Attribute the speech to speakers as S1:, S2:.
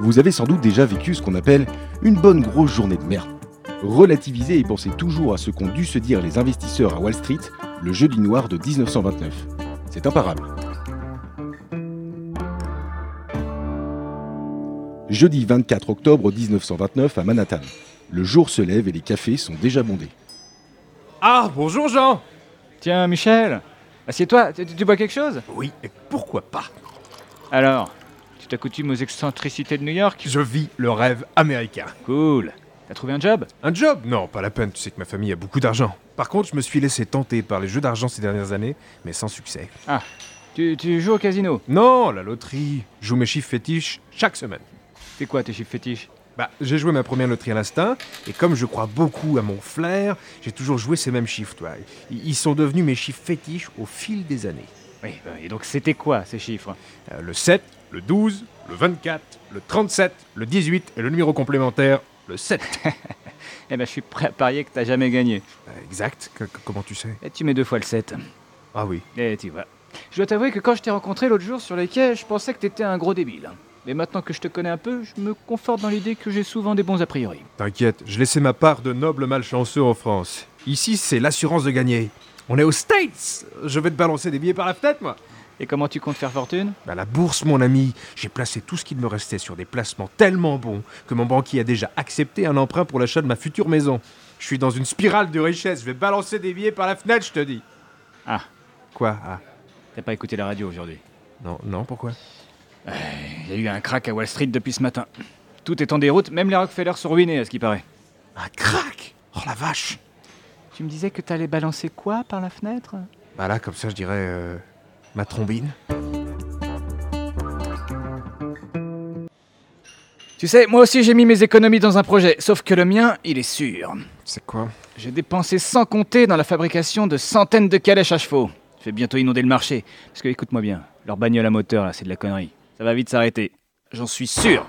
S1: Vous avez sans doute déjà vécu ce qu'on appelle une bonne grosse journée de merde. Relativisez et pensez toujours à ce qu'ont dû se dire les investisseurs à Wall Street le jeudi noir de 1929. C'est imparable. Jeudi 24 octobre 1929 à Manhattan. Le jour se lève et les cafés sont déjà bondés.
S2: Ah, bonjour Jean
S3: Tiens, Michel, assieds-toi, Ah, tu, tu bois quelque chose
S2: Oui, et pourquoi pas
S3: Alors, tu t'accoutumes aux excentricités de New York
S2: Je vis le rêve américain.
S3: Cool. T'as trouvé un job
S2: Un job Non, pas la peine, tu sais que ma famille a beaucoup d'argent. Par contre, je me suis laissé tenter par les jeux d'argent ces dernières années, mais sans succès.
S3: Ah, tu, tu joues au casino
S2: Non, la loterie. Je joue mes chiffres fétiches chaque semaine.
S3: C'est quoi tes chiffres fétiches
S2: Bah, j'ai joué ma première loterie à l'instinct, et comme je crois beaucoup à mon flair, j'ai toujours joué ces mêmes chiffres, toi. Ils ils sont devenus mes chiffres fétiches au fil des années.
S3: Oui, bah, et donc c'était quoi ces chiffres
S2: Euh, le 7, le 12, le 24, le 37, le 18 et le numéro complémentaire, le 7.
S3: Eh ben, je suis prêt à parier que t'as jamais gagné.
S2: Euh, exact, que- que- comment tu sais
S3: Et tu mets deux fois le 7.
S2: Ah oui.
S3: Et tu vois. Je dois t'avouer que quand je t'ai rencontré l'autre jour sur les quais, je pensais que t'étais un gros débile. Mais maintenant que je te connais un peu, je me conforte dans l'idée que j'ai souvent des bons a priori.
S2: T'inquiète, je laissais ma part de noble malchanceux en France. Ici, c'est l'assurance de gagner. On est aux States Je vais te balancer des billets par la fenêtre, moi
S3: Et comment tu comptes faire fortune
S2: Bah la bourse, mon ami J'ai placé tout ce qu'il me restait sur des placements tellement bons que mon banquier a déjà accepté un emprunt pour l'achat de ma future maison. Je suis dans une spirale de richesse, je vais balancer des billets par la fenêtre, je te dis
S3: Ah.
S2: Quoi Ah
S3: T'as pas écouté la radio aujourd'hui.
S2: Non, non, pourquoi
S3: Il y a eu un crack à Wall Street depuis ce matin. Tout est en déroute, même les Rockefeller sont ruinés à ce qui paraît.
S2: Un crack Oh la vache
S3: Tu me disais que t'allais balancer quoi par la fenêtre
S2: Bah là, comme ça, je dirais... euh, ma trombine
S3: Tu sais, moi aussi j'ai mis mes économies dans un projet, sauf que le mien, il est sûr.
S2: C'est quoi
S3: J'ai dépensé sans compter dans la fabrication de centaines de calèches à chevaux. Je vais bientôt inonder le marché. Parce que écoute-moi bien, leur bagnole à moteur là, c'est de la connerie. Ça va vite s'arrêter. J'en suis sûr.